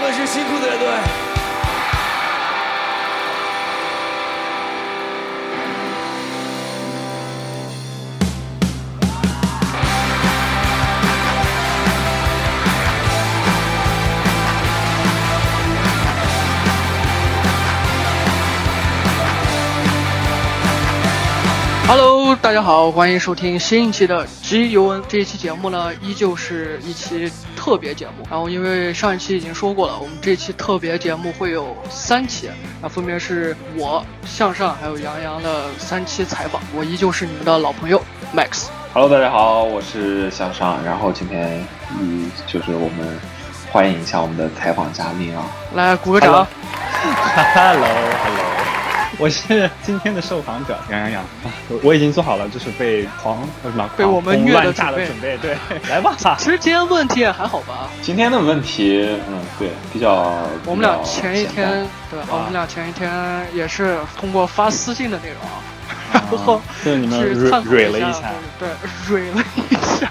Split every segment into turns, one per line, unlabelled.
们是辛苦的乐队。
Hello，大家好，欢迎收听新一期的 GUN。这一期节目呢，依旧是一期特别节目。然后，因为上一期已经说过了，我们这期特别节目会有三期，那分别是我、向上还有杨洋的三期采访。我依旧是你们的老朋友 Max。
Hello，大家好，我是向上。然后今天，嗯，就是我们欢迎一下我们的采访嘉宾啊，
来鼓个掌
Hello Hello Hello，我是今天的受访者杨洋洋，啊我我已经做好了就是被狂呃什么
被我们虐的
乱炸的
准
准备，对， 来 吧，
其实今天问题也还好吧，
今天的问题，嗯，对，比较
我们俩
比较
前一
简单
天对，
哦哇
我们俩前一天也是通过发私信的内容，啊然 后
就是你们
去探讨
蕊
一
了一
下
下，，
对，蕊了一下。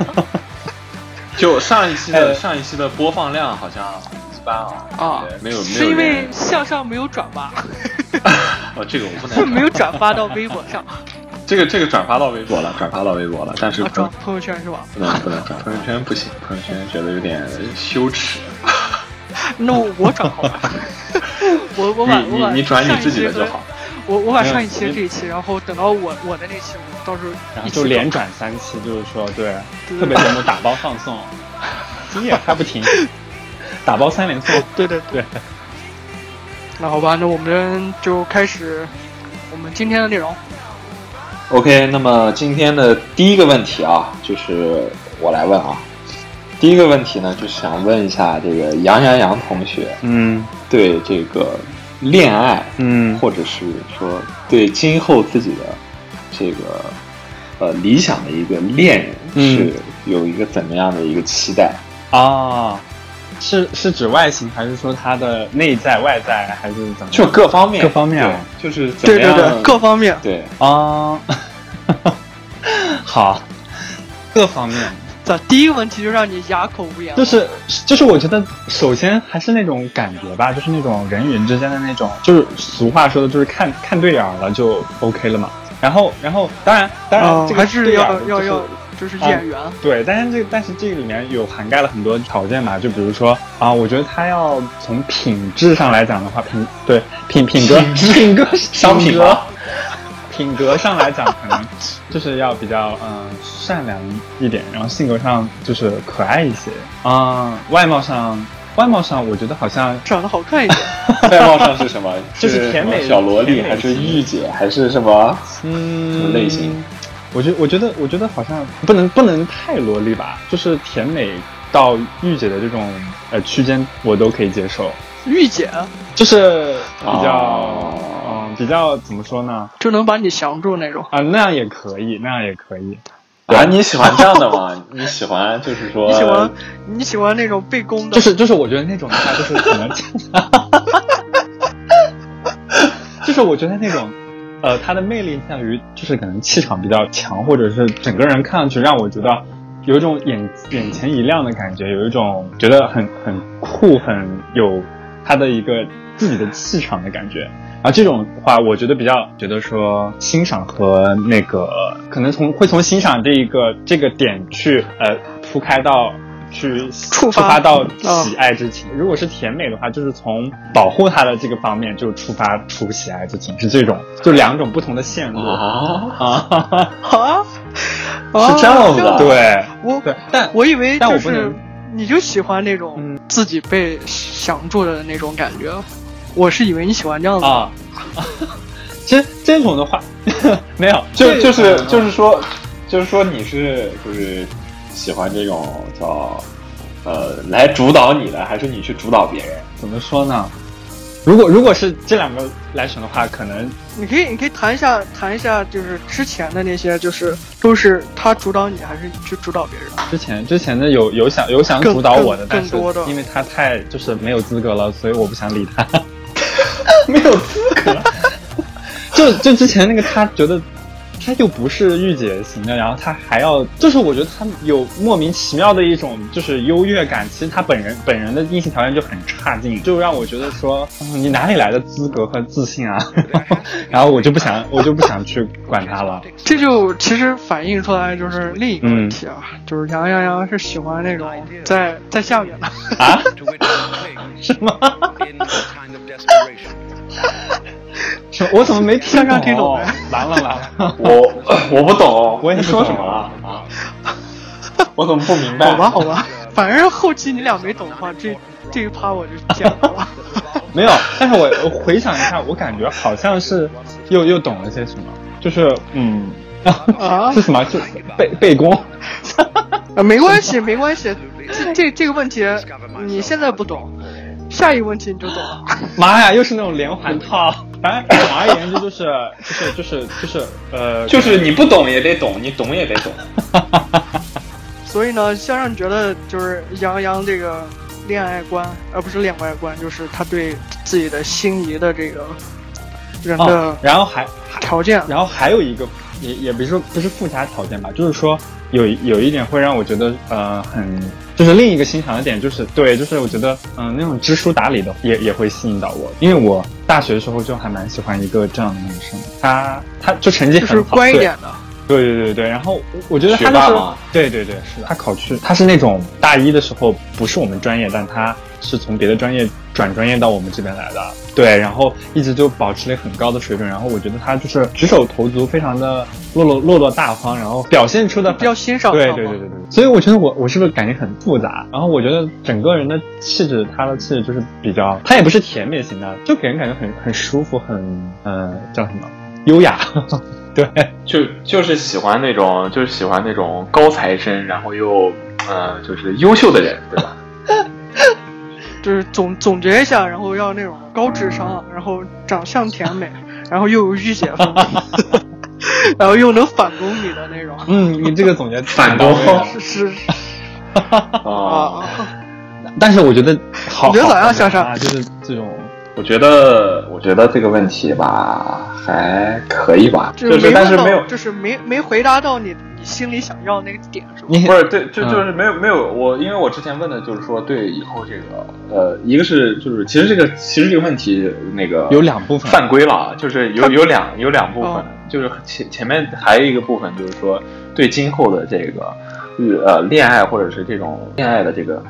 就上一期的、
呃
上一期的播放量好像一般啊，
啊
对，没有没
是
有
因为
人
向上没有转发，
哦，这个我不
是
能
没有转发到微博 上，啊，
这个这个转发到微博了，转发到微博了，但是不
哦转
能
啊朋友圈是吧？
不能不能转朋友圈不行，朋友圈觉得有点羞耻。
那我我转好 了，我我把
你
我
你
把
你转你
上一
自己
期
的就
和
好。
我我把
没有
上一期
你
这一期，然后等到我我的那期，我到时候
然
一起
后就连转三期，就是说对，
对
特别节目打包放送， 今夜还不 停，打包三连送，
对对对。
对，
那好吧，那我们就开始我们今天的内容。
OK，那么今天的第一个问题啊，就是我来问啊。第一个问题呢，就是想问一下这个杨洋洋同学
嗯
对这个恋爱，
嗯，
或者是说对今后自己的这个呃理想的一个恋人，
嗯
是有一个怎么样的一个期待？
啊。是是指外形，还是说他的内在、外在，还是怎么样？
就各方面，
各方面啊
对，就是怎么样
各方面
对
啊， 好，各方面，
咋第一个问题就让你哑口无言了？
就是就是，我觉得首先还是那种感觉吧，就是那种人与人之间的那种，就是俗话说的，就是看看对眼儿了就 OK 了嘛。然后然后，当然
哎
当然，
啊
这，个
还是
对眼儿
要要
的就是
要，就是
啊
演员。
对，但是这但是这个里面有涵盖了很多条件嘛，就比如说啊，我觉得他要从品质上来讲的话，品对品品格
品质
品格
商品
格
吗
品格上来讲，可能就是要比较嗯、呃善良一点，然后性格上就是可爱一些啊、外貌上外貌上我觉得好像
长得好看一点，
外貌上是什么？
就是
是
甜美
什么小萝莉，
甜美
还是
型
御姐，还是什么？什么
嗯
类型？
我觉我觉得我觉得好像不能不能太萝莉吧，就是甜美到御姐的这种呃区间我都可以接受，
御姐
就是比较、
哦
嗯比较怎么说呢
就能把你降住那种。
啊那样也可以那样也可以，
啊，你喜欢这样的 吗？你喜欢就是说，
你喜欢你喜欢那种被攻的，
呃就是就是我觉得那种的话就是可能， 就是我觉得那种。呃，她的魅力在于就是可能气场比较强，或者是整个人看上去让我觉得有一种眼眼前一亮的感觉，有一种觉得很很酷、很有她的一个自己的气场的感觉。然后这种的话，我觉得比较觉得说欣赏和那个可能从会从欣赏这一个这个点去呃铺开到去
触发嗯
发到喜爱之情。如果是甜美的话，就是从保护她的这个方面就触发出喜爱之情，是这种就两种不同的线路
啊，
啊，
啊，
是这样子的
啊
哦对
我
对，但
我以为
但
就
我不
是
能
你就喜欢那种
嗯
自己被降住的那种感觉，我是以为你喜欢这样子。
哦
啊。这这种的话， 没有，
就
这
就是就是说，就是说你是就是喜欢这种叫呃来主导你的，还是你去主导别 人？
怎么说呢？如果如果是这两个来选的话，可能
你可以你可以谈一下谈一下，就是之前的那些，就是都是他主导你，还是你去主导别人？
之前之前的有有想有想
更
主导我的，
更
但是
更多的
因为他太就是没有资格了，所以我不想理 他。
没有资格。
就就之前那个他觉得她又不是御姐型的，然后她还要，就是我觉得她有莫名其妙的一种就是优越感。其实她本人本人的硬性条件就很差劲，就让我觉得说、嗯你哪里来的资格和自信啊？ 然后我就不想，我就不想去管 她了。
这就其实反映出来就是另一个问题啊，
嗯
就是杨洋洋是喜欢那种在在下面的，
啊
什么？
什么？我怎么没听
像这种
懂啊哦完了完了，
我我不懂，
我也
你
不
说什
懂哦
么了啊？ 我怎么不明白？
好吧好吧，反正后期你俩没懂的话，这这一趴我就剪了。
没有。但是我我回想一下，我感觉好像是又又懂了些什么，就是嗯，
啊
是什么？就背背弓。
啊，没关系，没关系，这这这个问题你现在不懂，下一个问题你就懂了。
妈呀，又是那种连环套。反正总而言之就是就是就是就是呃，
就是你不懂也得懂，你懂也得懂。
所以呢，先让你觉得就是杨洋这个恋爱观，而不是恋爱观，就是他对自己的心仪的这个人
哦
的，
然后还还
条件。
然后还有一个也也不是说不是附加条件吧，就是说有有一点会让我觉得呃很就是另一个欣赏的点就是对，就是我觉得嗯、呃那种知书达理的也也会吸引到我，因为我大学的时候就还蛮喜欢一个这样的女生，她她就成绩
就
很
是
好，
乖一
对
点的，
对对对对，然后我我觉得他
学霸
就是
嘛
对对对，是的，他考去，他是那种大一的时候不是我们专业，但他是从别的专业转专业到我们这边来的，对，然后一直就保持了很高的水准，然后我觉得他就是举手投足非常的落落落落大方，然后表现出的
比较欣赏
对
他嘛
对对对对，所以我觉得我我是不是感觉很复杂？然后我觉得整个人的气质，他的气质就是比较，他也不是甜美型的，就给人感觉很很舒服，很呃叫什么优雅， 对。
就就是喜欢那种，就是喜欢那种高材生，然后又呃，就是优秀的人，对吧？
就是总总结一下，然后要那种高智商，然后长相甜美， 然后又有御姐风， 然后又能反攻你的那种。
嗯，你这个总结
反攻
挺到位
是是啊
啊，
啊，
的但是我觉得好，
你觉得咋样
好
夏莎
啊，就是这种，
我觉得，我觉得这个问题吧，还可以吧，
就
就是
没
但是
问到
没有，
就是没没回答到你你心里想要那个点是吧？
你
不是对，就
嗯
就是没有没有我，因为我之前问的就是说对以后这个呃，一个是就是其实这个其实这个问题那个
有两部分
犯规了，啊，就是有有两有两部分，
哦
就是前前面还有一个部分就是说对今后的这个呃恋爱或者是这种恋爱的这个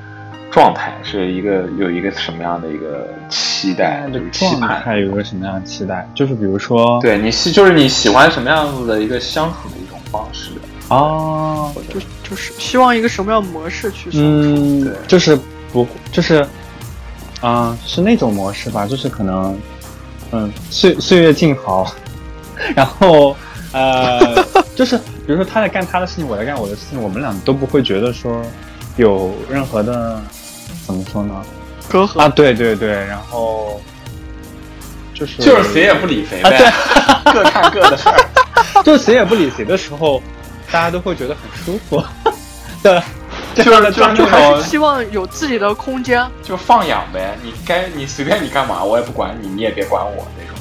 状态是一个有一个什么样的一个期待，
的
就是期
状
盼。
态有个什么样的期待？就是比如说，
对你喜就是你喜欢什么样子的一个相处的一种方式，
哦，
或
就
者
就是希望一个什么样的模式去相处？
嗯
对，
就是不，就是，啊、是那种模式吧，就是可能，嗯，岁岁月静好， 然后，呃， 就是比如说他在干他的事情，我在干我的事情，我们俩都不会觉得说有任何的，怎么说呢？
隔阂
啊，对对对，然后就是
就是谁也不理谁呗， 各看各的事儿。
就是谁也不理谁的时候，大家都会觉得很舒服。对，
就是就是
就
那
就还
种
是希望有自己的空间。
就放养呗，你该你随便你干嘛，我也不管你，你也别管我那种。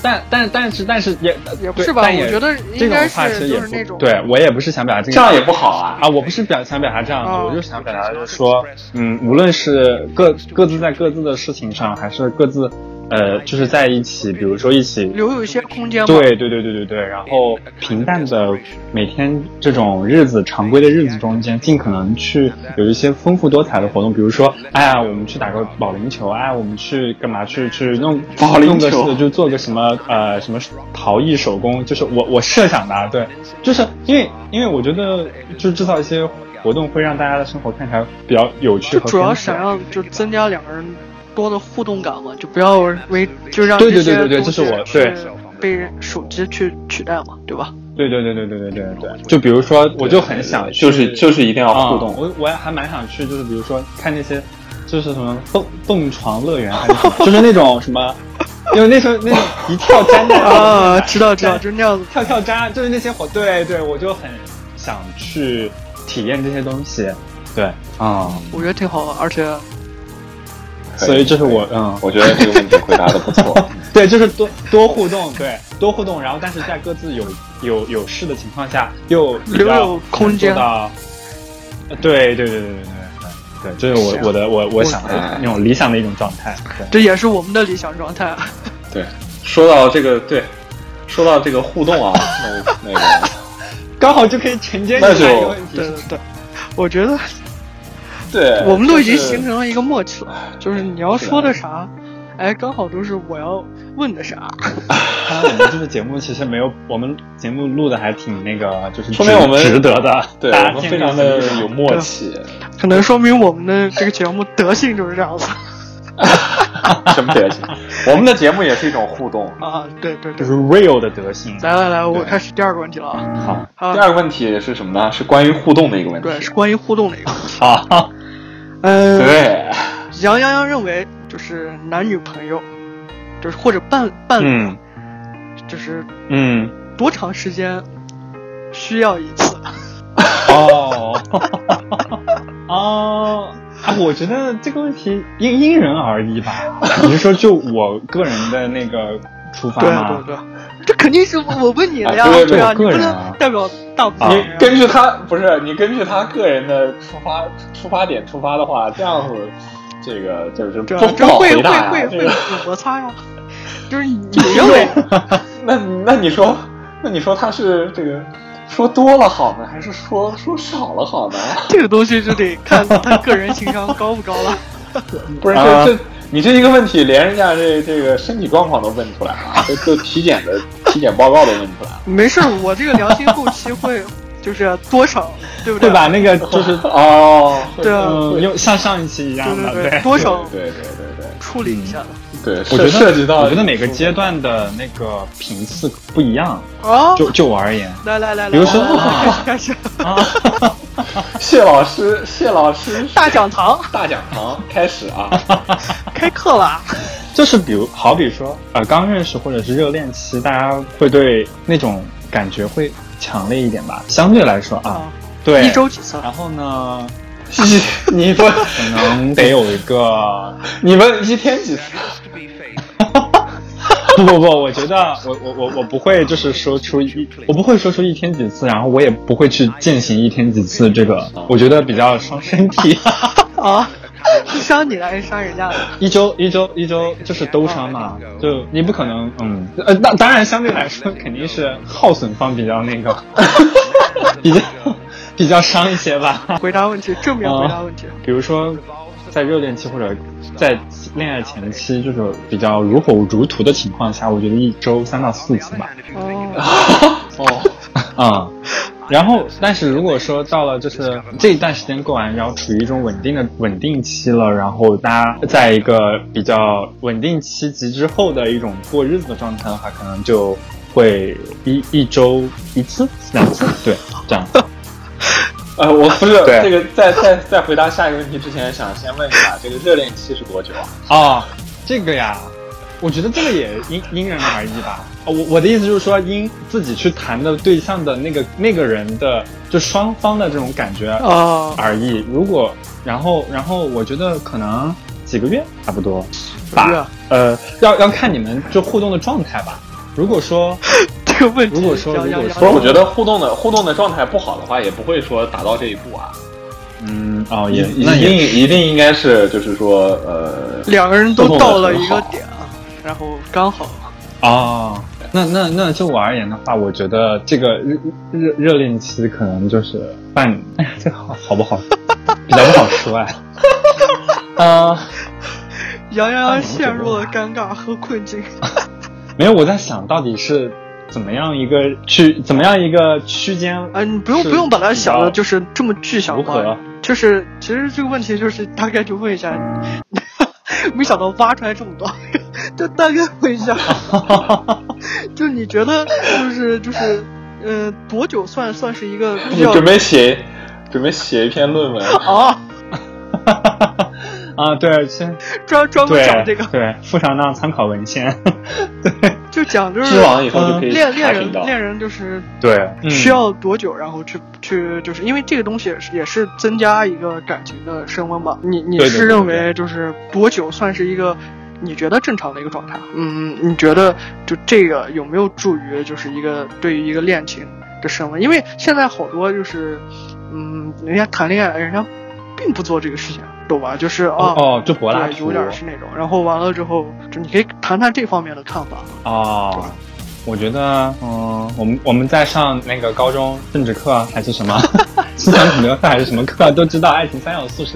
但但但是但是也
也不
对
是吧？
但也
我觉得
这
应
种
该
话其实
是
也
就
不
是那种
对我也不是想表达这个
这样也不好啊。
啊，我不是表想表达这样的，
哦
我就想表达就是说，嗯，无论是各各自在各自的事情上，还是各自呃就是在一起，比如说一起
留有一些空间嘛。
对对对对对对，然后平淡的每天这种日子常规的日子中间，尽可能去有一些丰富多彩的活动，比如说，哎呀，我们去打个保龄球，哎，我们去干嘛去去弄
保龄
弄个
球
事就做个什么呃什么陶艺手工，就是我我设想的，啊，对，就是因为因为我觉得就制造一些活动会让大家的生活看起来比较有趣
就
和
主要
丰富
想。要就增加两个人多的互动感嘛，就不要为就让
对
这
对
些
对对对
东
这是
西
我对
是被手机去取代嘛，对吧？
对对对对对对对对，就比如说，我就很想去
呃就是就是一定要互动。
啊我我还蛮想去，就是比如说看那些，就是什么蹦蹦床乐园，还是什么就是那种什么，因为那时候那种一跳 粘的
啊，知道知道，就是那样子。
跳跳扎，就是那些活，对对，我就很想去体验这些东西，对啊、
我觉得挺好玩，而且
可以
所以这是我嗯，
我觉得这个问题回答的不错。
对，就是多多互动，对多互动，然后但是在各自有有有事的情况下，又比
留
较
有空间
能做到。呃对对对对对对对对，这是
是啊
我我的我我想
我
的那种理想的一种状态。对
这也是我们的理想状态啊。
对，说到这个，对，说到这个互 动啊，那那个，
刚好就可以承接你
那
下一
就
个问题。
对对对， 我觉得
对，
我们都已经
就是
形成了一个默契了，就是你要
呃是的
说的啥，哎，刚好都是我要问的啥。
当然，我们这个节目其实没有，我们节目录的还挺那个，就是
说明
值
我们
值得的，
对，
大
我
家
们
尽
非
量
常的
欣赏
有默 契，
可能说明我们的这个节目德性就是这样子
什么德行？我们的节目也是一种互动。
啊。对对
就
对
是，real 的德性。
来来来，我
对
开始第二个问题了啊。
好，
啊
第，二个问题是什么呢？是关于互动的一个问题。啊
对，是关于互动的一个问题。
好，
嗯，
对
杨洋洋认为，就是男女朋友，就是或者伴伴侣，
嗯
就是
嗯，
多长时间需要一次？
哦， 哦，啊，我觉得这个问题因因人而异吧。你是说就我个人的那个出发
对
吗？
对对，这肯定是我问你的呀，
啊对对
啊，
对
你
我
不
个人啊
能代表大部分
啊
你
人呀。
根据他不是你根据他个人的出发出发点出发的话，这样子这个就是
这
不
这
不好
会
回
会
答呀、
会
这
会
个
有摩擦呀， 就是你认为
那那你说，那你说他是这个说多了好呢，还是说说少了好呢？
这个东西就得看他个人情商高不高了。
不是
啊
这这你这一个问题，连人家这这个身体状况都问出来了，都都体检的体检报告都问出来了。
没事儿，我这个良心后期会就是多少，对不
对
对？
吧？那个就是，
哦，
对啊
嗯，又像上一期一样
对
的，
对对，多少
对对对
处理一下的。
对对，
我觉得
涉涉及到，
我觉得每个阶段的那个频次不一样，
哦，
就就我而言
来来来来，
比如说
来来来开始开始
啊，
谢老师，谢老师
大讲堂
大讲堂开始啊，
开课了啊，
就是比如好比说，呃，刚认识或者是热恋期，大家会对那种感觉会强烈一点吧，相对来说啊，
哦
对，
一周几次？
然后 呢，
你你问
可能得有一 个，
你问一天几次？
不不不，我觉得我我我我不会就是说出一，我不会说出一天几次，然后我也不会去践行一天几次这个，我觉得比较伤身体。
啊，伤你的还是伤人家的？
一周一周一周就是都伤嘛，就你不可能，嗯，呃，那当然相对来说肯定是耗损方比较那个，比较 比较伤一些吧。
回答问题，正面回答问题。
比如说在热恋期或者在恋爱前期，就是比较如火如荼的情况下，我觉得一周三到四次吧。
哦，
哦，
啊、然后，但是如果说到了就是这一段时间过完，然后处于一种稳定的稳定期了，然后大家在一个比较稳定期及之后的一种过日子的状态的话，可能就会一一周一次、两次，对，这样。
呃，我不是
对
这个，在在在回答下一个问题之前，想先问一下，这个热恋期是多久啊？
哦，这个呀，我觉得这个也因因人而异吧。哦我我的意思就是说，因自己去谈的对象的那个那个人的，就双方的这种感觉
哦，
而已。如果然后然后，我觉得可能几个月差不多
几个月
吧。呃，要要看你们就互动的状态吧。如果说
这个问题，
如果说
杨
如
洋
果
洋
不是，我觉得互动的互动的状态不好的话，也不会说打到这一步啊。
嗯哦
一
也
一
那
定
也
一定应该是就是说呃，
两个人都到了一个点，啊然后刚好
哦，那那那就我而言的话，我觉得这个热热热恋期可能就是半， 哎呀，这好好不好，比较不好 说哎。呃，
杨洋洋陷入了尴尬和困境。
没有，我在想到底是怎么样一个区，怎么样一个区间
啊，你不用
是
不用把它想的
比较
就是这么具象
如
化
何，？
就是其实这个问题就是大概就问一下， 没想到挖出来这么多， 就大概问一下， 就你觉得就是就是呃多久算算是一个比
你
较
准备写准备写一篇论文，
啊
啊，对，先
专专门
对
讲这个，
对，附上那参考文献。
就讲就是
知网以后就可以
恋恋
查
嗯人
询到。
恋人就是
对，嗯
需要多久，然后去去，就是因为这个东西也是也是增加一个感情的升温吧。你你
对对
是
对
认
对
为就是多久算是一个你觉得正常的一个状态？嗯，你觉得就这个有没有助于就是一个对于一个恋情的升温？因为现在好多就是，嗯，人家谈恋爱，人家并不做这个事情，懂吧？就是啊，
哦，就柏拉
对，
图
有点是那种。然后完了之后，就你可以谈谈这方面的看法。
哦。我觉得，嗯，我们我们在上那个高中政治课还是 什么思想主流课还是什么课，都知道爱情三要 素是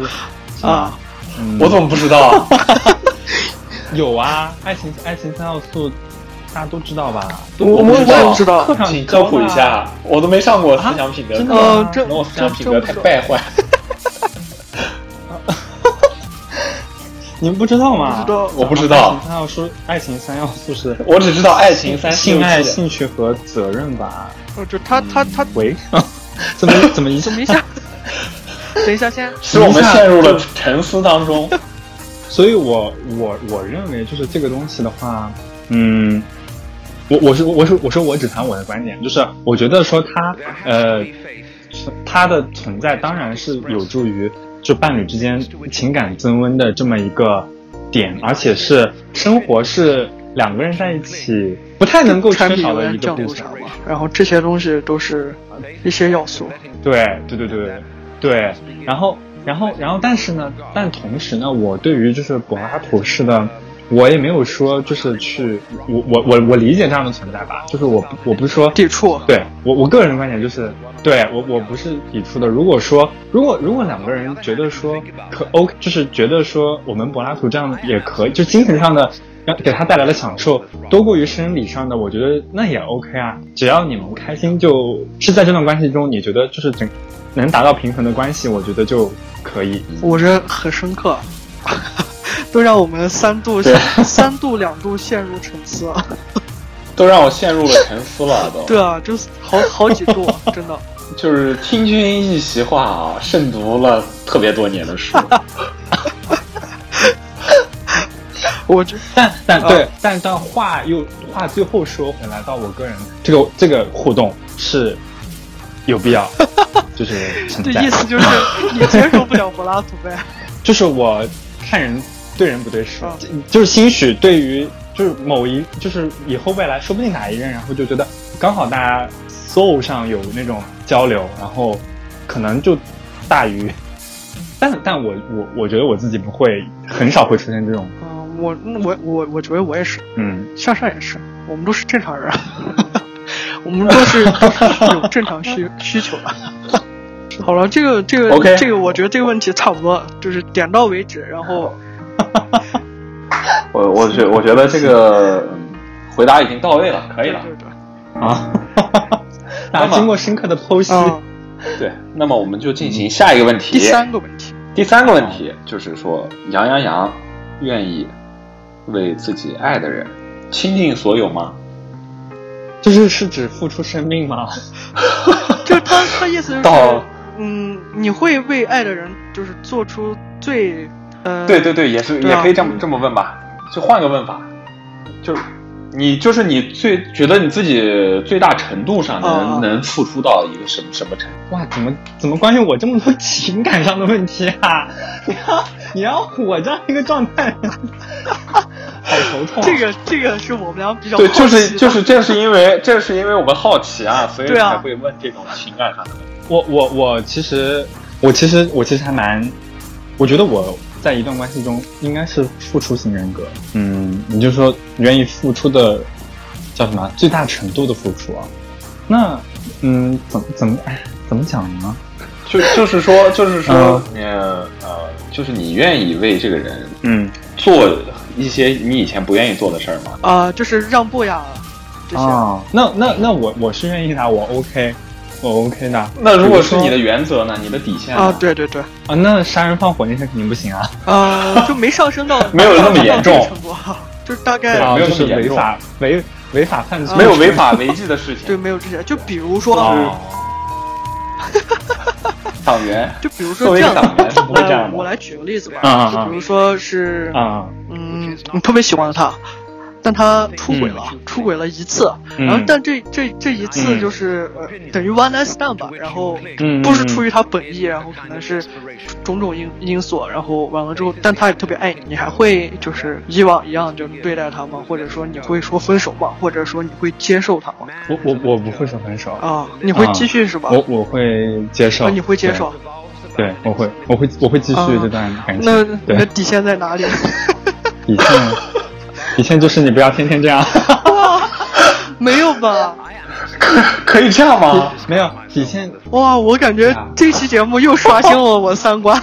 是吧
啊
嗯
我怎么不知 道啊？
有啊，爱情爱情三要素大家都知道吧？
我
我也不知道
课上
请科普一
教
下
的，
我都没上过思想品德
啊
课，
真的吗
呃，
啊
这
可能我思想
这
品
这
德
不
太
知道
败坏。
你们不知道吗？
不知道
我不知道
爱情三要素，爱情三要素是
我只知道爱情三
性爱、
性
兴趣和责任吧？
呃就他他他
喂， 怎么怎么一下
怎？么一 下？等一下先，
使我们陷入了沉思当中。
所以我我我认为就是这个东西的话，嗯，我我是我是我说我只谈我的观点，就是我觉得说它呃它的存在当然是有助于就伴侣之间情感增温的这么一个点，而且是生活是两个人在一起不太能够
产
缺
品
少
有
的一
点
个
降
部
度
分
场。嘛，然后这些东西都是一些要素。
对对对对对对，然后然后然后，但是呢，但同时呢，我对于就是柏拉图式的，我也没有说就是去我我我我理解这样的存在吧，就是我不我不是说
抵触
对我我个人观点就是，对我我不是抵触的。如果说如果如果两个人觉得说可 OK，就是觉得说我们柏拉图这样也可以，就精神上的。让给他带来的享受多过于生理上的，我觉得那也 OK 啊。只要你们开心就，是在这段关系中，你觉得就是整能达到平衡的关系，我觉得就可以。
我觉得很深刻， 都让我们三度
对
三度两度陷入沉思了。
都让我陷入了沉思了，都。
对啊，就是好好几度，啊真的。
就是听君一席话啊，慎读了特别多年的书。
我这
但但
啊
对，但但话又话最后说回来，到我个人这个这个互动是有必要，就是存
这意
在，
思就是你接受不了柏拉图呗？
就是我看人对人不对事，
啊
就就是兴许对于就是某一就是以后未来说不定哪一任，然后就觉得刚好大家 soul 上有那种交流，然后可能就大于，但但我我我觉得我自己不会，很少会出现这种，
嗯，我我我我觉得我也是，
嗯，
向上也是，我们都是正常人，啊 我们都是都是有正常需需求的。好了，这个这个
OK
这个，我觉得这个问题差不多，就是点到为止。然后
我我觉我觉得这个嗯回答已经到位了，可以了。
对对对，
啊，大家经过深刻的剖析，
嗯，
对，那么我们就进行下一个问题。
第三个问题，
第三个问题就是说，杨洋洋愿意为自己爱的人倾尽所有吗？
就是是指付出生命吗？
就是他他意思就是
到，
嗯，你会为爱的人就是做出最，呃，
对对对，也是、
对啊
也可以这么这么问吧，就换个问法，就是你就是你最觉得你自己最大程度上能、
啊
能付出到一个什么什么程度？
哇，怎么怎么关心我这么多 情感上的问题啊？你要你要我这样一个状态， 好头痛啊。
这个这个是我们俩比较
对，
好
就
奇
是
的
就是这是因为这是因为我们好奇啊，所以
对啊
才会问这种情感上的问题。
我我我其实我其实我其实还蛮，我觉得我在一段关系中应该是付出型人格。嗯，你就说愿意付出的叫什么最大程度的付出啊？那嗯，怎么怎么哎怎么讲呢？
就就是说就是说
嗯，
你呃，就是你愿意为这个人
嗯，
做一些你以前不愿意做的事儿吗？
啊、就是让步呀，这些。
啊，那那那我我是愿意的，啊我 OK，我 OK 的。啊
那如果是
比
你
如
的
说
原则呢？你的底线呢
啊，，对对对，
啊，那杀人放火那些肯定不行啊，
呃，就没上升到
没有那么严重
没上升到这个程度，就是大概
对
啊，
没有那
就
么
是
严
违
重
法违违法犯罪，
没有违法嗯违纪的事
对
情。
没有这些，就比如说，
哦
啊。
党员
就比如
作
说
为
这样
一个党
的，
员是不会这样
呃我
的。
啊
嗯
来举个例子吧，
啊啊啊
就比如说是，嗯
啊
嗯，你特别喜欢他，但他出轨了，出轨了一次，
嗯
嗯
然后但这这这一次就是、呃等于 one night stand 吧，然后
嗯
不是出于他本意，然后可能是种种因因素，然后完了之后，但他也特别爱你，你还会就是以往一样就是对待他吗？或者说你会说分手吗？或者说你会接受他吗？
我我我不会说分手，
啊，你会
啊
继续是吧？
我我会接受
啊，，你会接受？
对，对，我会我会我会继续
啊
这段感情。
那你的
对，
底线在 哪里？
底线底线就是你不要天天 这样，
哦没有吧？
可以这样吗？
没有底线
哇，我感觉这期节目又刷新了我三 观，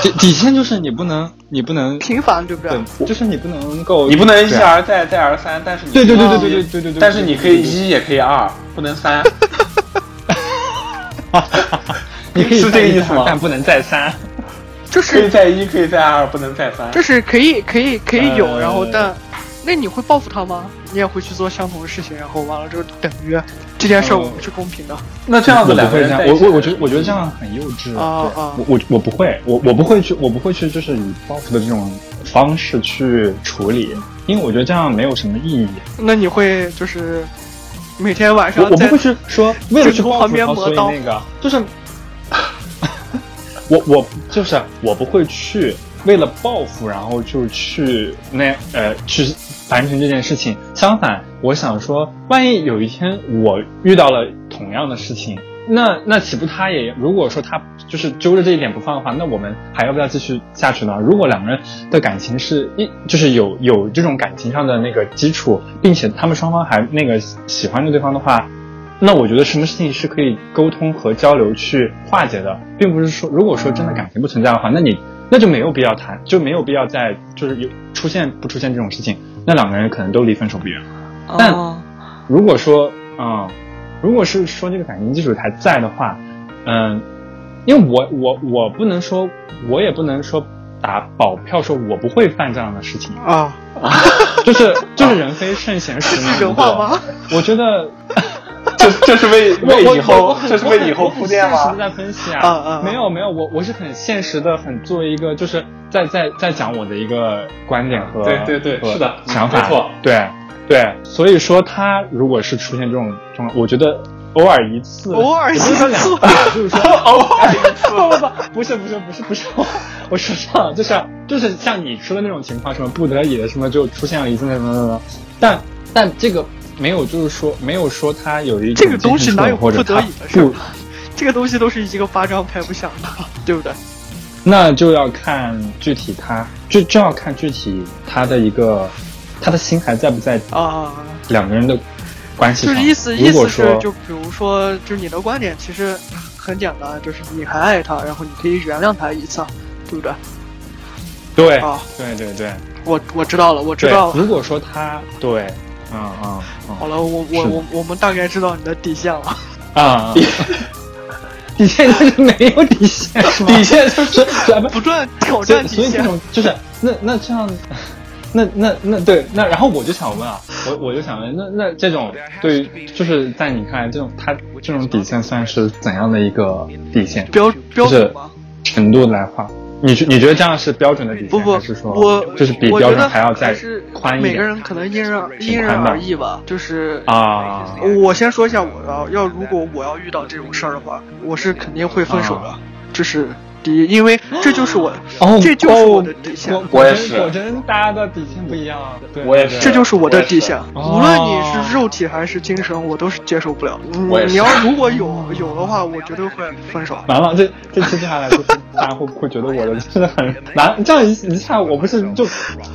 底底线就是你不能你不能
平凡对不对？
对，就是你不能够啊
你不能一而再再而三，但是你
对对对对
啊
对对对对对，
但是你可以一也可以二，不能三。
你可以
是这个意思吗
但不能再三。
就
可以
是
再一，可以再二，不能再三。
就是可以可以可以有，
呃
然后但那你会报复他吗？你也会去做相同的事情，然后完了之后等于这件事儿
呃
我们是公平的。
那这样子
我不
两个
会这
人
样，
在一
我
起
我我觉得我觉得这样很幼稚。
啊
对
啊
我我我不会，我我不会去，我不会去，就是以报复的这种方式去处理，因为我觉得这样没有什么意义。
那你会就是每天晚
我
上
我不
在
会去说为了去
枕头旁
报复
边
他，
磨
所以
刀
那 个就是我我就是我不会去为了报复，然后就去那呃去完成这件事情。相反，我想说，万一有一天我遇到了同样的事情。那那岂不他也？如果说他就是揪着这一点不放的话，那我们还要不要继续下去呢？如果两个人的感情是一就是有有这种感情上的那个基础，并且他们双方还那个喜喜欢着对方的话，那我觉得什么事情是可以沟通和交流去化解的，并不是说如果说真的
嗯
感情不存在的话，那你那就没有必要谈，就没有必要再就是有出现不出现这种事情，那两个人可能都离分手不远。但
啊
如果说，嗯，如果是说这个感情基础还在的话，嗯，因为我我我不能说，我也不能说打保票说我不会犯这样的事情，
啊，
就是就是人非圣 贤实
是
难
人话吗？
对？我觉觉得
这这是为为以
我我
后
很，
这是为以后铺垫
我
吗
很？现实的在分析
啊
啊，
啊啊
没有没有，我我是很现实的，很作为一个就是在在在讲我的一个观点和
对对对
和
是的
想法
没错
对对，所以说他如果是出现这种状况，我觉得偶尔一次，
偶尔一次
也不是说两次啊，就 是说
偶尔一次
不不不，不是不是不是不是， 我我说错了，就是就是像你说的那种情况，什么不得已的什么就出现了一次那什么什么，但但这个没有，就是说没有说他有一种
这个东西
精神
哪有
错或者
不得
他
已的事儿？这个东西都是一个巴掌拍不响的，对不对？
那就要看具体他，就就要看具体他的一个他的心还在不在
啊，
两个人的关系
就
上。
是意思意
如果
思是
说，
就比如说，就是你的观点其实很简单，就是你还爱他，然后你可以原谅他一次，对不对？
对、
啊，
对对对
我我知道了，我知
对
道，了。
如果说他对，嗯嗯
好
嗯
了，我我
是的
我我们大概知道你的底线了。
啊， 嗯底线就是没有底线 是吗？
底线就是
咱们
不断挑
所
战
以，所
底
以这
线。
种就是那那这样，那那那对那，然后我就想问啊，我我就想问，那那这种对于就是在你看来，这种他这种底线算是怎样的一个底线
标标
就是
准吗？
程度来划？你觉你觉得这样是标准的底线，
不不
还是，说
我
就是比
我
标
觉
准
得
还要再
是
宽一
每个
点
人可能因人而因
挺
人
宽的
而异吧，就是
啊？
呃我先说一下我
嗯
要要，如果我要遇到这种事儿的话，我是肯定会分
啊
手的，这是第一，因为这就是我，
哦，
这就是我的底线，
哦
我也是
果真大家的底线不一样啊。对
我也是
这就是我的底线。
我
也是
无论你是肉体还是精神，我都是接受不了。嗯
我也是
你要如果有有的话，我绝对会分手。
完了，这这期接下来就是大家会不会觉得我的真的很难？这样一一下，我不是就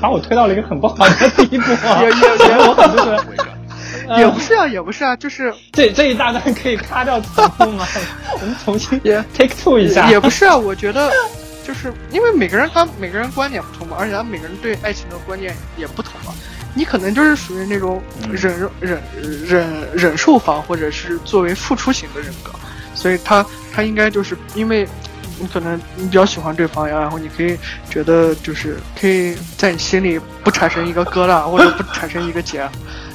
把我推到了一个很不好的地步啊！
也也也
我很就是，
也
呃
不，是啊，也不是啊，就是
这这一大段可以咔掉重录吗？我们重新
也
take two 一下。
也不是啊，我觉得就是因为每个人他每个人观点不同嘛，而且他每个人对爱情的观念也不同嘛。你可能就是属于那种
嗯
忍、忍忍忍受方，或者是作为付出型的人格，所以他他应该就是因为你可能你比较喜欢对方呀，然后你可以觉得就是可以在你心里不产生一个疙瘩，或者不产生一个结。啊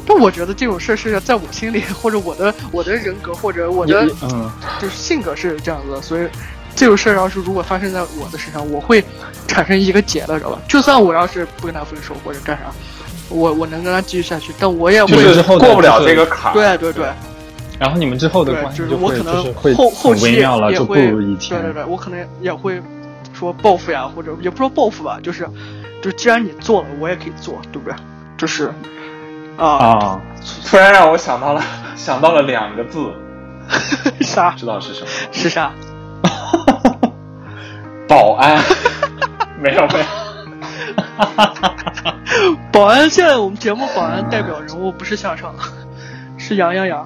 但我觉得这种事是在我心里，或者我的我的人格，或者我
也
的
也嗯，
就是性格是这样子的，所以这种事儿要是如果发生在我的身上，我会产生一个结的，知道吧？就算我要是不跟他分手或者干啥，我我能跟他继续下去，但我也
就
会
是
是过不了
就
这
是
个坎儿。
啊
对对对
然后你们之后的
对，
关系
就是
就
我
会
可
就
能
是会
后后
很
期
微妙了，
也
就不
会
如以
对对
前。
对，我可能也会说报复呀，或者也不说报复吧，就是就既然你做了，我也可以做，对不对？就是 啊，
啊，
突然让我想到了
嗯
想到了两个字，
啥
知道是什么 吗？
是啥？
保 安。没有没有，
保安现在我们节目保安代表人物不是向上，是杨洋 洋，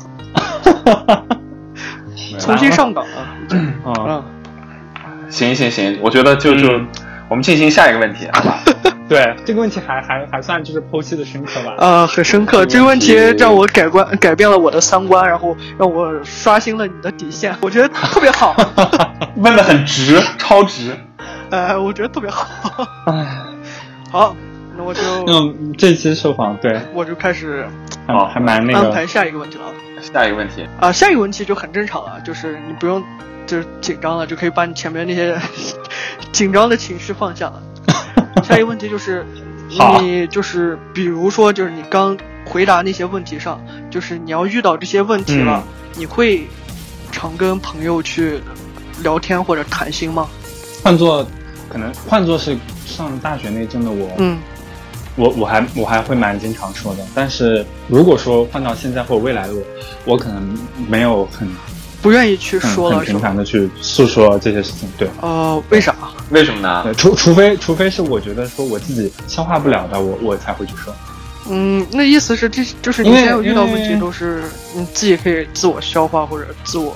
重新上岗啊！
啊，
嗯，
行行行，我觉得就就、
嗯
我们进行下一个问题，好 吧？
对这个问题还还还算就是剖析的深刻吧。
呃，很深刻，这个问题让我改观，改变了我的三观，然后让我刷新了你的底线，我觉得特别 好，
问的很直，超直。
呃，我觉得特别好。
唉，
好，那我就
那这期受访对，
我就开始
还还蛮那
安排
个，
下一个问题了啊、
下一个问题，
下一个问题就很正常了，就是你不用就是紧张了，就可以把你前面那些 紧张的情绪放下了。下一个问题 就是，
好
你就是比如说就是你刚回答那些问题上，就是你要遇到这些问题
嗯
了，你会常跟朋友去聊天或者谈心吗？
换做可能换做是上大学那阵的我，
嗯
我我还我还会蛮经常说的，但是如果说换到现在或者未来的我，我可能没有很
不愿意去
很
说
嗯很
了是
频
吧
繁？的去诉说这些事情，对，
呃，为啥？
为什么呢？
对，除除非除非是我觉得说我自己消化不了的，我我才会去说，
嗯，那意思是这就是你
因为
现在有遇到问
因
题
为
都是你自己嗯可以自我消化或者自我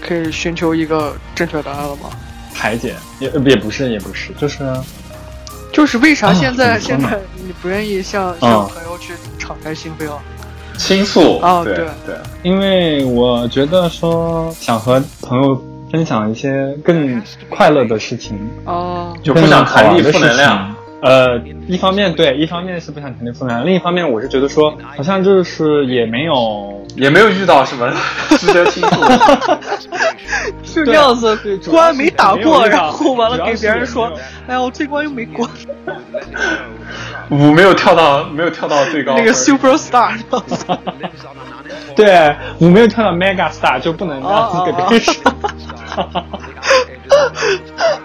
可以寻求一个正确答案了吗？
排解也也不是也不是，就是
就是为啥
啊
现在、
怎
现
么说呢
在你不愿意向向朋友去敞开心扉啊？
倾诉
哦
对
对
对，
因为我觉得说想和朋友分享一些更快乐的事情，
哦、
就不想传递负能量。
量。呃，一方面对，一方面是不想传递负能量，另一方面我是觉得说，好像就是也没有
也没有遇到什么 值得倾 诉的。
是这
对
样子，
对主要
关
是
没打
没有
过，
遇到
然后完了
主要
给
是
别人
没
说
有，
哎呀，我这 关又没过，
舞没有跳到，没有跳到最高。
那个 super star，
对，我没有跳到 mega star 就不能让自己给别人说。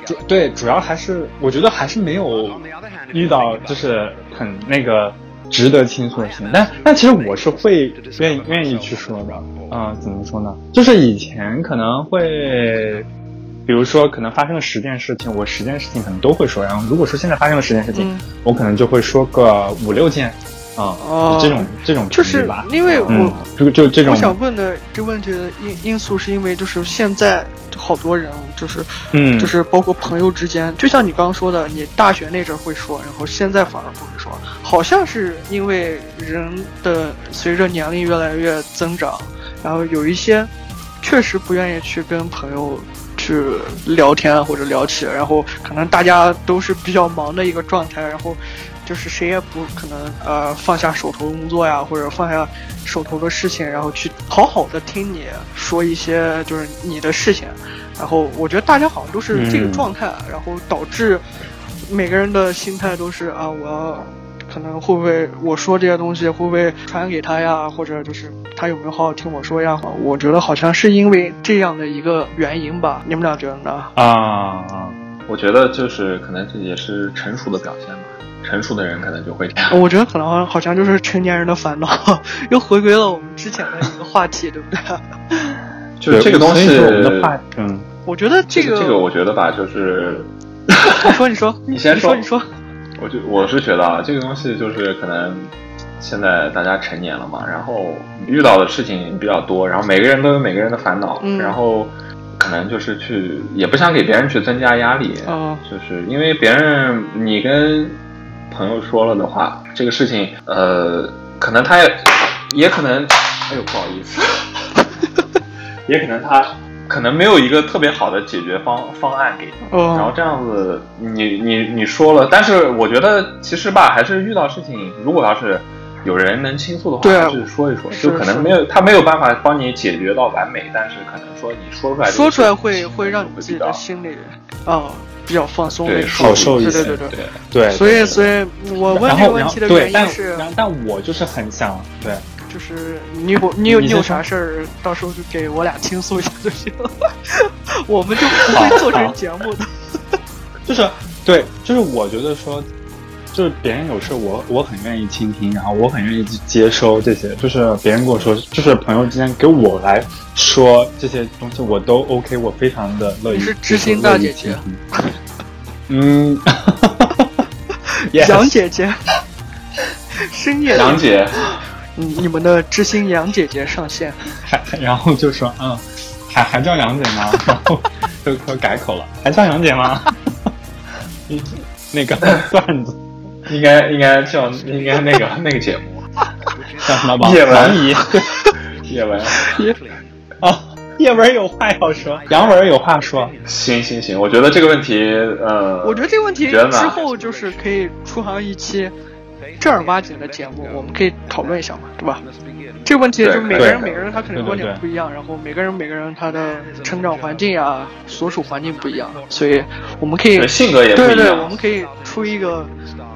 主 对，主要还是我觉得还是没有遇到就是很那个值得倾诉的事情。但但其实我是会愿意愿意去说的。啊、怎么说呢？就是以前可能会。比如说，可能发生了十件事情，我十件事情可能都会说。然后，如果说现在发生了十件事情，
嗯
我可能就会说个五六件，啊、
哦
就这种这种
就
频率
是
吧。
因为我、
嗯，就就这种
我想问的这问题的因因素是因为就是现在好多人就是，
嗯
就是包括朋友之间，就像你刚刚说的，你大学那阵儿会说，然后现在反而不会说，好像是因为人的随着年龄越来越增长，然后有一些确实不愿意去跟朋友。去聊天或者聊起，然后可能大家都是比较忙的一个状态，然后就是谁也不可能呃放下手头工作呀，或者放下手头的事情，然后去好好的听你说一些就是你的事情。然后我觉得大家好像都是这个
嗯
状态，然后导致每个人的心态都是啊，我要可能会不会我说这些东西会不会传给他呀，或者就是他有没有好好听我说呀？我觉得好像是因为这样的一个原因 吧，你们俩觉得呢？
啊，啊
我觉得就是可能这也是成熟的表现吧。成熟的人可能就会这样。
我觉得可能好像就是成年人的烦恼，又回归了我们之前的一个话题，对不 对？
就是这个东西，
所以说我们的话，嗯，
我觉得
这
这个，
这个我觉得吧，就是
你说，你说，
你先
你说，
说
你说，
我就我是觉得啊，这个东西就是可能现在大家成年了嘛，然后遇到的事情比较多，然后每个人都有每个人的烦恼，
嗯
然后可能就是去也不想给别人去增加压力，
哦
就是因为别人你跟朋友说了的话，这个事情呃，可能他也也可能，哎呦不好意思， 也可能他可能没有一个特别好的解决方方案给你。然后
哦，
这样子，你你你说了，但是我觉得其实吧，还是遇到事情，如果要是有人能倾诉的
对啊
话，还是说一说，
是
就可能没有他没有办法帮你解决到完美，但是可能说你说出来这个
说出来会
情
会让你
会
自己
比
的
较
心里啊比较放松
对
那种
好受
一
对
些
对对对。
对
对，
所以
对
所以我问
然
这个
后
问
然后
题的
对
原因
但
是，
然后但我就是很想对，
就是你有你有
你
你
先
有
说
啥事儿，到时候就给我俩倾诉一下就行了， 我们就不会做成节目的。
就是对，就是我觉得说，就是别人有事我我很愿意倾听，然后我很愿意去接收这些，就是别人跟我说，就是朋友之间给我来说这些东西，我都 OK，我非常的乐意。
你是知心大姐姐
乐意倾 听。嗯，yes,
杨姐姐，深夜
杨
的
姐，
嗯你们的知心杨姐姐上线，
还 然后就说嗯，还还叫杨姐吗？ 然后就就改口了，还叫杨姐吗？ 嗯那 个段子，
应该应该叫应该那个那个节目，
叫什么 王
叶文
王姨
叶文。
啊？叶文有话要说，杨文有话说。
行行行，我觉得这个问题，呃，
我觉得这个问题
觉得呢
之后就是可以出行一期正儿八经的节目，我们可以讨论一下嘛，对吧？这个问 题就是每个人
对
每个人他肯定观点不一样，然后每个人每个人他的成长环境呀、所属环境不一样，所以我们可以
对呃性格也不一
对
样。
对，我们可以出一个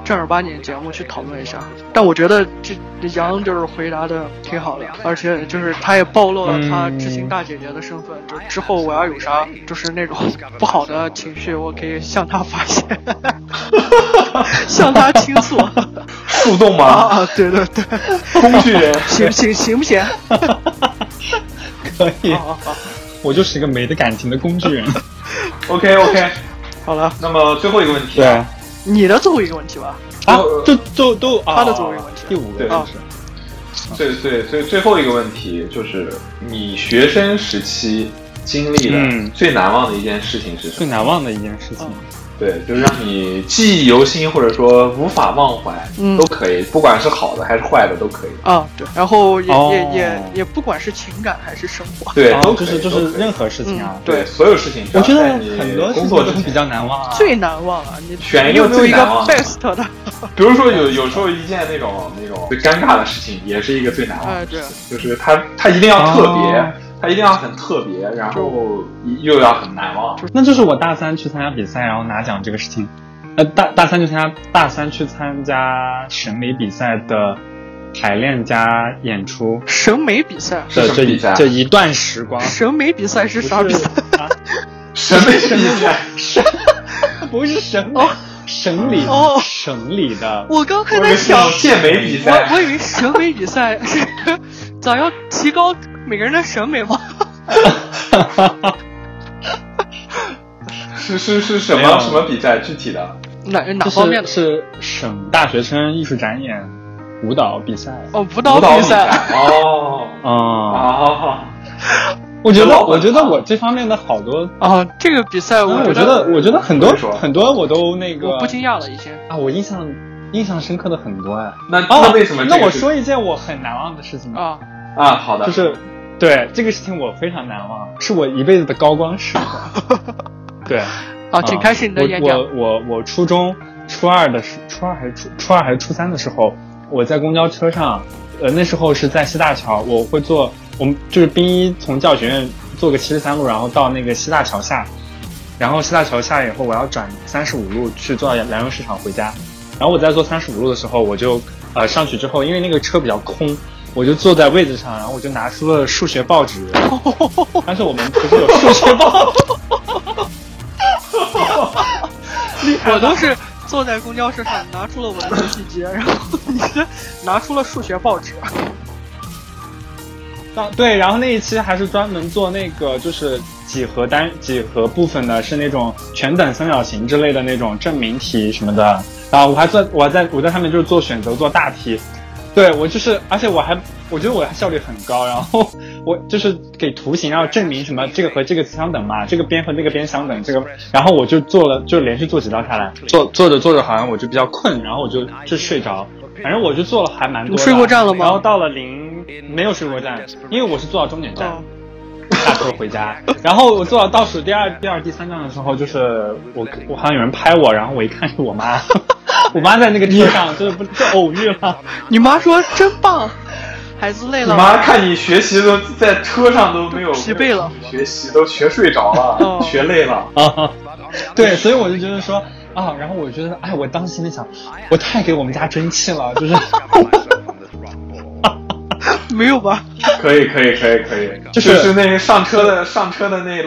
正儿八经的节目去讨论一下。但我觉得这杨就是回答的挺好的，而且就是他也暴露了
嗯
他知心大姐姐的身份。就之后我要有啥就是那种不好的情绪，我可以向他发 泄，向他倾诉。
树洞
啊
吗？
啊，对对对，
工具人。
行行行不行？
可以，
哦
好好 好，
我就是一个没得感情的工具人。
OK OK，
好了，
那么最后一个问题，
对啊，
你的最后一个问题吧。
就就都啊
他的作为问题
第五个
对
就是
最最最最后一个问题就是你学生时期经历的
嗯
最难忘的一件事情是什
最
么？
难忘的一件事情
嗯。
对，就是让你记忆犹新，或者说无法忘怀，
嗯
都可以，不管是好的还是坏的都可以。
啊，对，然后也、
哦
也也也不管是情感还是生活，
对，
啊
都可
就
以
是就
都
是
可以
任何事情啊
嗯，
对所有事情，只
我
要
觉得
在你
很多事
工
情
作
都
之前
比较难忘啊。
最难忘了。你
选一
你
个
有没有
最
一个
难忘的哦
best 的？
比如说有有时候一件那种那种最尴尬的事情，也是一个最难忘的
哎，对，
就是它它一定要特别，
哦
它一定要很特别，然后又要很难忘。
那就是我大三去参加比赛，然后拿奖这个事情。呃，大大三去参加大三去参加审美比赛的排练加演出
审美比赛，
是
的
什么
这
比
一
赛啊
这一段时光。
审美比赛是啥比赛？
啊？
审美比赛，
不是审美，省里
哦
省里的
我刚还
我
在
们是
想，
健美比赛
我，我以为审美比赛 是咋要提高每个人的审美吗？
是是是什
没
么
有
什么比赛？具体的？
哪哪
就
方面
是
的？
是省大学生艺术展演舞蹈比赛。
哦，舞
舞
蹈
蹈
比赛。
哦
啊、
哦，
我觉
舞蹈
得，
比
我觉得我这方面的好多，嗯
啊，这个比赛
我
啊
嗯
觉
觉得，我觉得很多
我跟你说
很多我都那个
我不惊讶了，已经。
啊，我印象印象深刻的很多哎。
那
哦，
那为什么这个是？
那我说一件我很难忘的事情吧，
啊，
啊，好的，
就是对这个事情我非常难忘，是我一辈子的高光时刻。 对。
啊，请开始你的演讲。
我我我我初中初二的时，初二还是初初二还是初三的时候，我在公交车上，呃，那时候是在西大桥，我会坐，我们就是兵一从教学院坐个七十三路，然后到那个西大桥下，然后西大桥下以后，我要转三十五路去坐到兰州市场回家。然后我在坐三十五路的时候，我就呃上去之后，因为那个车比较空，我就坐在位置上，然后我就拿出了数学 报纸。但是我们不是有数学报纸？
我都是坐在公交车上，拿出了我的游戏机，然后你是拿出了数学报纸。
啊，对，然后那一期还是专门做那个就是几何单几何部分的，是那种全等三角形之类的那种证明题什么的。然后我还做，我还在我在上面就是做选择做大题。对我就是，而且我还我觉得我效率很高。然后我就是给图形要证明什么这个和这个词相等 嘛，这个边和那个边相等，这个然后我就做了，就连续做几道下来，做做着做着好像我就比较困，然后我就就睡着。反正我就做了还蛮多的。
你睡过站了吗
然后到了零没有睡过站，因为我是坐到终点站，
哦
下车回家。然后我坐到倒数第二、第二、第三站的时候，就是我我好像有人拍我，然后我一看是我妈， 我妈在那个车上就是不就偶遇了，
你妈说真棒， 孩子累
你
了
妈
吗？
看你学习都在车上都没有
疲惫了，
学习都学睡着了
哦，
学累了。
啊，对，所以我就觉得说啊，然后我觉得，哎，我当时心里想，我太给我们家争气了，就是
没有吧？
可以，可以，可以，可以，
就是
就是那个上车的上车的那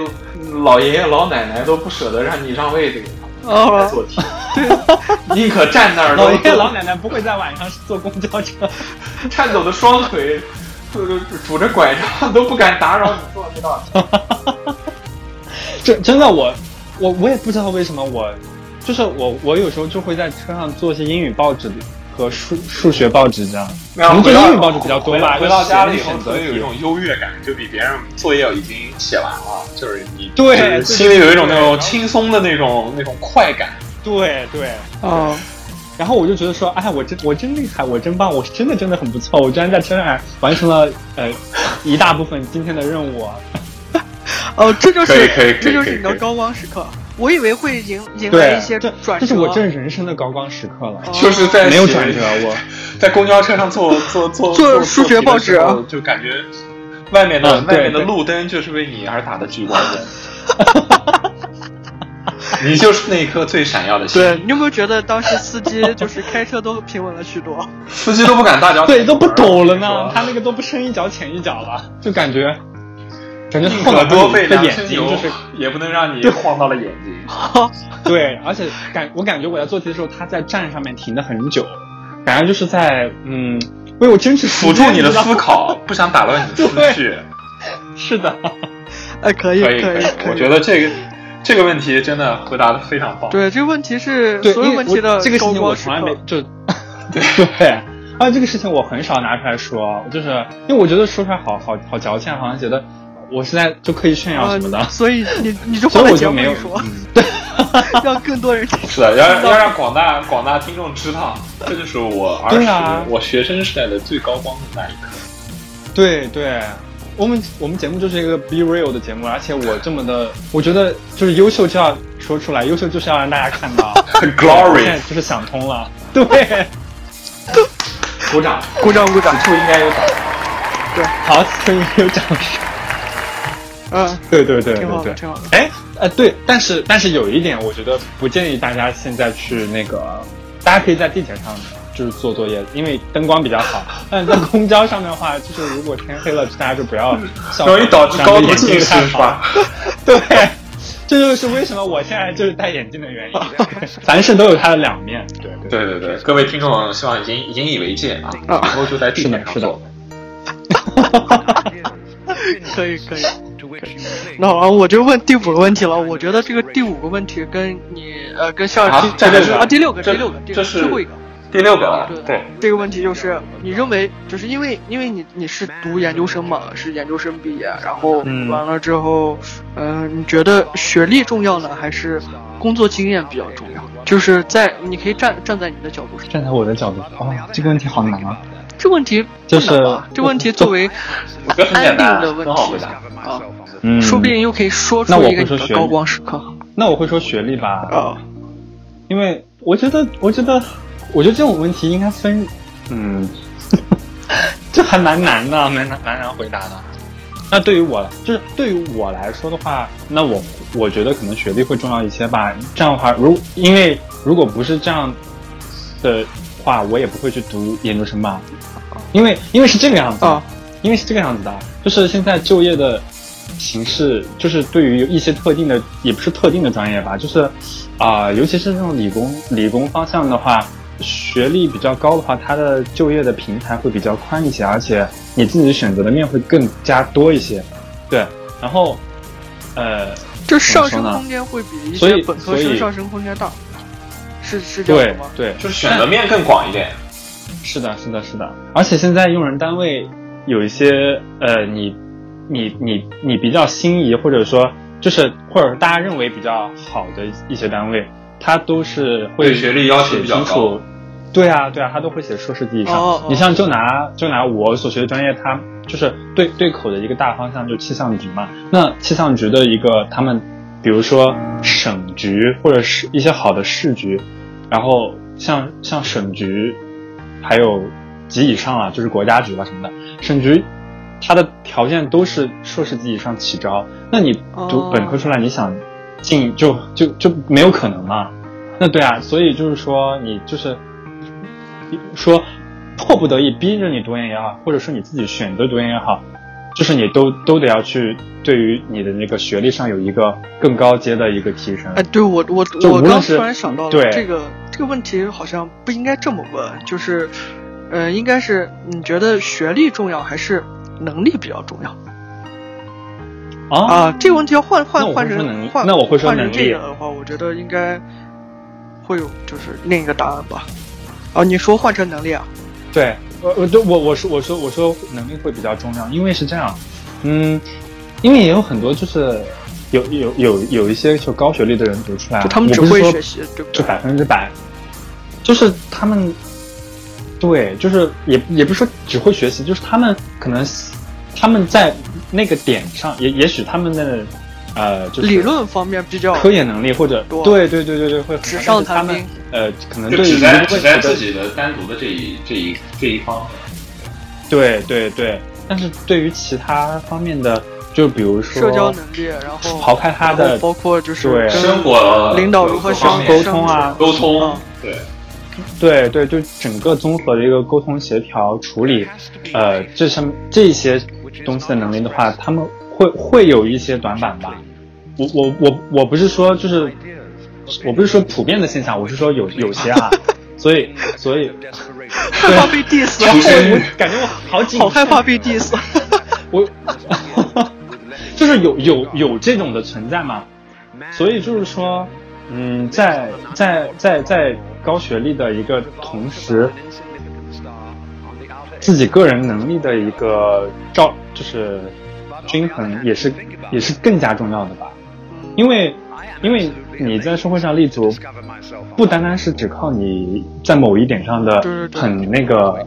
老爷爷老奶奶都不舍得让你让位子给他
哦，
坐题， 宁可站那儿都
老爷爷老奶奶不会在晚上坐公交车，
颤抖的双腿，拄拄着拐杖都不敢打扰你坐这道题。
真真的我我我也不知道为什么我，就是我我有时候就会在车上做一些英语报纸和数数学报纸这样，
然后
你们
回
这
到
英语报纸比较多吧？
回到
就是
家里以后
选，择
所以有一
题
种优越感，就比别人作业已经写完了，就是你
对
就是心里有一种那种轻松的那种那种快感。
对对。
哦，
然后我就觉得说，哎，我真我真厉害，我真棒，我真的真的很不错，我居然在车上还完成了呃一大部分今天的任务。啊
哦，这就
可以可以
是
可以
这就是你
可
的
以
高光时刻。我以为会迎迎来
对
一，些
这
转折，
这是我这人生的高光时刻了，
哦
就是在
没有
写
转折，我
在公交车上做做做
做数
题
学
的
报
时
纸
候就感觉外面的、
啊嗯
外
对
面的
对
路灯就是为你而打的聚光灯。 你就是那一颗最闪耀的星，
对，你有没有觉得当时司机就是开车都平稳了许 多？
司机都不敢大脚，
对都不抖了呢，他那个都不深一脚浅一脚了，就感觉感觉
宁
后
可
脑
多
勺
费
里的
两
眼
斤
睛
油，
就是啊
也不能让你晃到了眼睛。
对，而且感我感觉我在做题的时候，他在站上面停的很久，感觉就是在嗯为我争取时
辅助
间
你的
知道吗
思考，不想打乱你的思绪。
是的，
哎，可以
可以
可
以，
以，
我觉得这个这个问题真的回答的非常棒。
对，这个问题是
对，
所
因
有
为
问
我
题的
这个事
高
情我
光时
从来没
刻。
就 对啊，这个事情我很少拿出来说，就是因为我觉得说出来好好好矫情，啊好像觉得我现在就可以炫耀
啊
什么的，，
所以你你就
所
放在
以我
节
就
目
没
里
有
说，
嗯
让更多人
是的，要要让广大广大听众知道，这就是我儿时、
对啊
我学生时代的最高光的那一刻。
对对，我们我们节目就是一个 be real 的节目，而且我这么的，我觉得就是优秀就要说出来，优秀就是要让大家看到。我现在
Glory，
就是想通了，对，
鼓掌，
鼓掌鼓掌
此处应该有掌声。
好，所以有掌声。
嗯，
对对对
挺好
对
的
对，
挺好的。
哎，呃，对，但是但是有一点，我觉得不建议大家现在去那个，大家可以在地铁上就是做作业，因为灯光比较 好。但在公交上面的话，就是如果天黑了，大家就不要上
容易导致高度
眼
近
睛
视
太
是
好
吧？
对，这就是为什么我现在就是戴眼镜的原因。 凡事都有它的两面。对对
对对对，各位听众，希望引引以为戒啊，以后就在地铁上
是的是的
做。
可以可以。那好，我就问第五个问题了。我觉得这个第五个问题跟你呃跟校
啊
第
这
第
是
啊第六个
这
第六个第
这是
最后一个。
第六个啊了，
对
对，
这个问题就是，你认为就是因为因为你你是读研究生嘛，是研究生毕业，然后
嗯
完了之后，嗯、你觉得学历重要呢，还是工作经验比较重要？就是在你可以站站在你的角度上，
站在我的角度，哦，这个问题好难啊。
这问题不
就是
难吧？这问题作为
我觉得很简
安
单，啊
定的问题
很好回答。
啊，
嗯
说不定又可以说出
那我
一个
会说
你的
学历
高光时刻
那我会说学历吧。
啊。
因为我觉得，我觉得，我觉得这种问题应该分，嗯， 这还蛮难的，蛮难蛮难回答的。那对于我，就是对于我来说的话，那我我觉得可能学历会重要一些吧。这样的话，如因为如果不是这样的话，我也不会去读研究生吧。因为因为是这个样子的
啊
因为是这个样子的，啊就是现在就业的形式，就是对于一些特定的，也不是特定的专业吧，就是啊、尤其是那种理工理工方向的话，学历比较高的话，它的就业的平台会比较宽一些，而且你自己选择的面会更加多一些。对，然后呃，
就上升
怎么说呢
空间会比一
所
些
以
本科
所
生
以
上升空间大，是是这样
对
的吗？
对，
就是选择面更广一点，
是的，是的，是的。而且现在用人单位有一些呃，你你你你比较心仪，或者说就是或者大家认为比较好的一些单位，它都是会
对学历要求比较
写清楚。对啊，对啊，它都会写硕士及以上。
哦哦
你像就拿就拿我所学的专业，它就是对对口的一个大方向，就气象局嘛。那气象局的一个他们，比如说省局或者是一些好的市局，然后像像省局，还有级以上啊，就是国家局啊什么的，省局它的条件都是硕士级以上起招，那你读
哦
本科出来，你想进就就就没有可能嘛？那对啊，所以就是说你就是说迫不得已逼着你读研也好，或者说你自己选择读研也好，就是你都都得要去对于你的那个学历上有一个更高阶的一个提升。
哎，对我我
就
我
无论
刚
是
突然想到了
对
这个这个问题，好像不应该这么问，就是，呃，应该是你觉得学历重要还是能力比较重要
啊，
啊？这个问题要换换
那我会
换
说
成
能
换
那我会说
换成
能
这
力
个的话，我觉得应该会有就是另一个答案吧。啊，你说换成能力啊？
对，我我呃对我我说我说我说能力会比较重要，因为是这样，嗯，因为也有很多就是有有有有一些就高学历的人读出来，
就他们
我
只
不是
会
说
学习，对不
就
对？
百分之百，就是他们，对，就是也也不是说只会学习，就是他们可能他们在那个点上，也也许他们的呃就是
理论方面比较
科研能力或者
多
对对对对对会很
纸
强
上
但是他
谈
们
兵
呃可能
就
对于
只
一
在
个
只
问
在
题
自
的
己的单独的这一这一这一方面。
对对对，但是对于其他方面的，就比如说
社交能力，然后
刨开他
然
的
后包括就是
对
跟
生活
领导如何
各方
相
面
沟通啊
沟通
嗯，
对，
对对，就整个综合的一个沟通、协调、处理，呃，这上这些东西的能力的话，他们会会有一些短板吧。我我我我不是说就是，我不是说普遍的现象，我是说有有 些啊，所以所以
害怕被 diss，
然后
啊
我感觉我好紧
好
张，
害怕被 diss。
我 就是有有有这种的存在嘛，所以就是说，嗯，在在在在高学历的一个同时，自己个人能力的一个照就是均衡，也是也是更加重要的吧。 因为因为你在社会上立足，不单单是只靠你在某一点上的
对对对
很那个，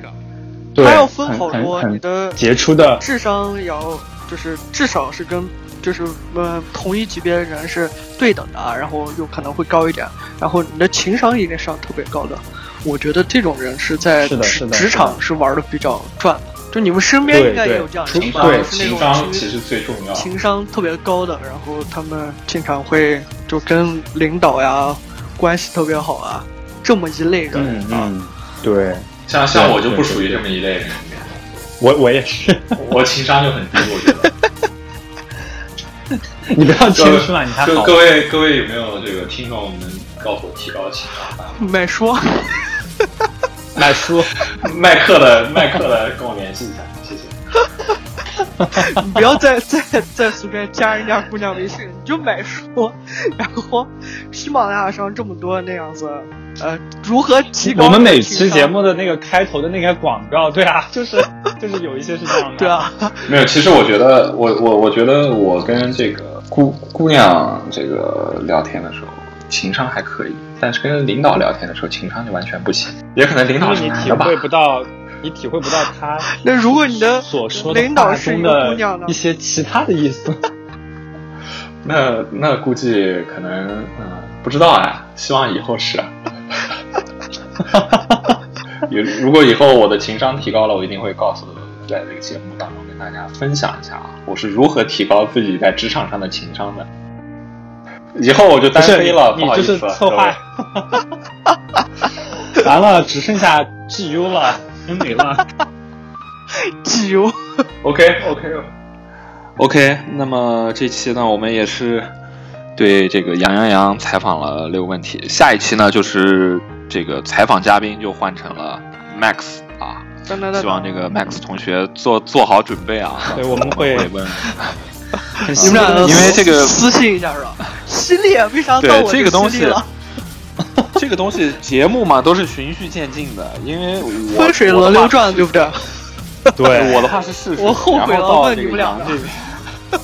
对，
它要分
很
好
很
多
很
你的
杰出的
智商也要就是至少是跟就是呃同一级别的人是对等的啊，然后有可能会高一点，然后你的情商一定是要特别高的。我觉得这种人是在
是的是
职
的
职场是玩的比较转的，就你们身边应该也有这样的
对
人
对
吧，就是
对
那
情
种
商
情
其实最重
啊
要。
情商特别高的，然后他们经常会就跟领导呀关系特别好啊，这么一类人
嗯
啊，
嗯，对，
像像
对
我就不
对
属于
对
这么一类人，
我我也是，
我情商就很低，我觉得。
你不要谦虚了，你 还
就
好
各。位各位有没有这个听众能告诉我提高情商吧？
麦啊说，
买书，
麦克的麦克的跟我联系一下，谢谢。
你不要再 再再随便加人家姑娘微信，你就买书， 然后喜马拉雅上这么多那样子，呃，如何提高
我们每
情
期
商
节目的那个开头的那个广告，对 啊，就是就是有一些是这样的，
对，啊，
没有，其实我觉得，我我我觉得我跟这个姑姑娘这个聊天的时候，情商还可以，但是跟领导聊天的时候，情商就完全不行。也可能领
因
导
为
是
嗯你
男
体
的吧
会？不到，你体会不到他
那如果你的
所说的
领导
话
是一
中
个姑娘呢
的一？些其他的意思。
那那估计可能，嗯、不知道啊，希望以后是啊。 有如果以后我的情商提高了，我一定会告诉，在这个节目当中跟大家分享一下啊，我是如何提高自己在职场上的情商的。以后我就单
不是
飞了，
你
不好意
就
思
是
啊，
策划
各位
完了，只剩下 GU 了，真 没了。
基友，
OK OK OK，那么这期呢，我们也是对这个杨阳洋采访了六个问题。下一期呢，就是这个采访嘉宾就换成了 Max 啊，
当当当
希望这个 Max 同学做做好准备啊。
对，我们会
会问，
很
你
希
们俩
望
私
因为这个
私信一下是吧？ 犀利，为啥到
对
我
这个东
犀
西
利了？
这个东西节目嘛都是循序渐进的，因为我
风水轮流转，对不对？
对
我的话是试水，
我后悔了
然后到
问
这
你
个
们俩
杨这 边，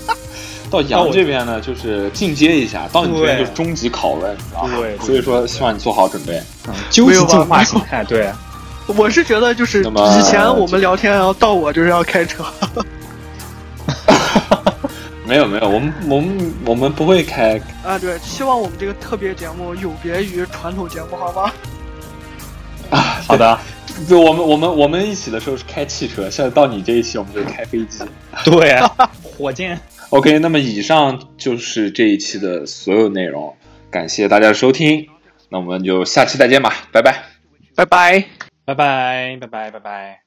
到杨这边呢，就是进阶一下，到你这边就是终极拷问，你知道吗？
对对
所以说希望你做好准备。
究
没有
极
吧
进化形态，对。
我是觉得就是
那么
以前我们聊天，然后到我就是要开车，
没有没有，我们我们我们不会开，
啊，对，希望我们这个特别节目有别于传统节目，好吗？
好的，就我们我们我们一起的时候是开汽车，现在到你这一期我们就是开飞机。
对，火箭。
OK，那么以上就是这一期的所有内容，感谢大家的收听，那我们就下期再见吧，拜拜。
拜拜。
拜拜，拜拜，拜拜。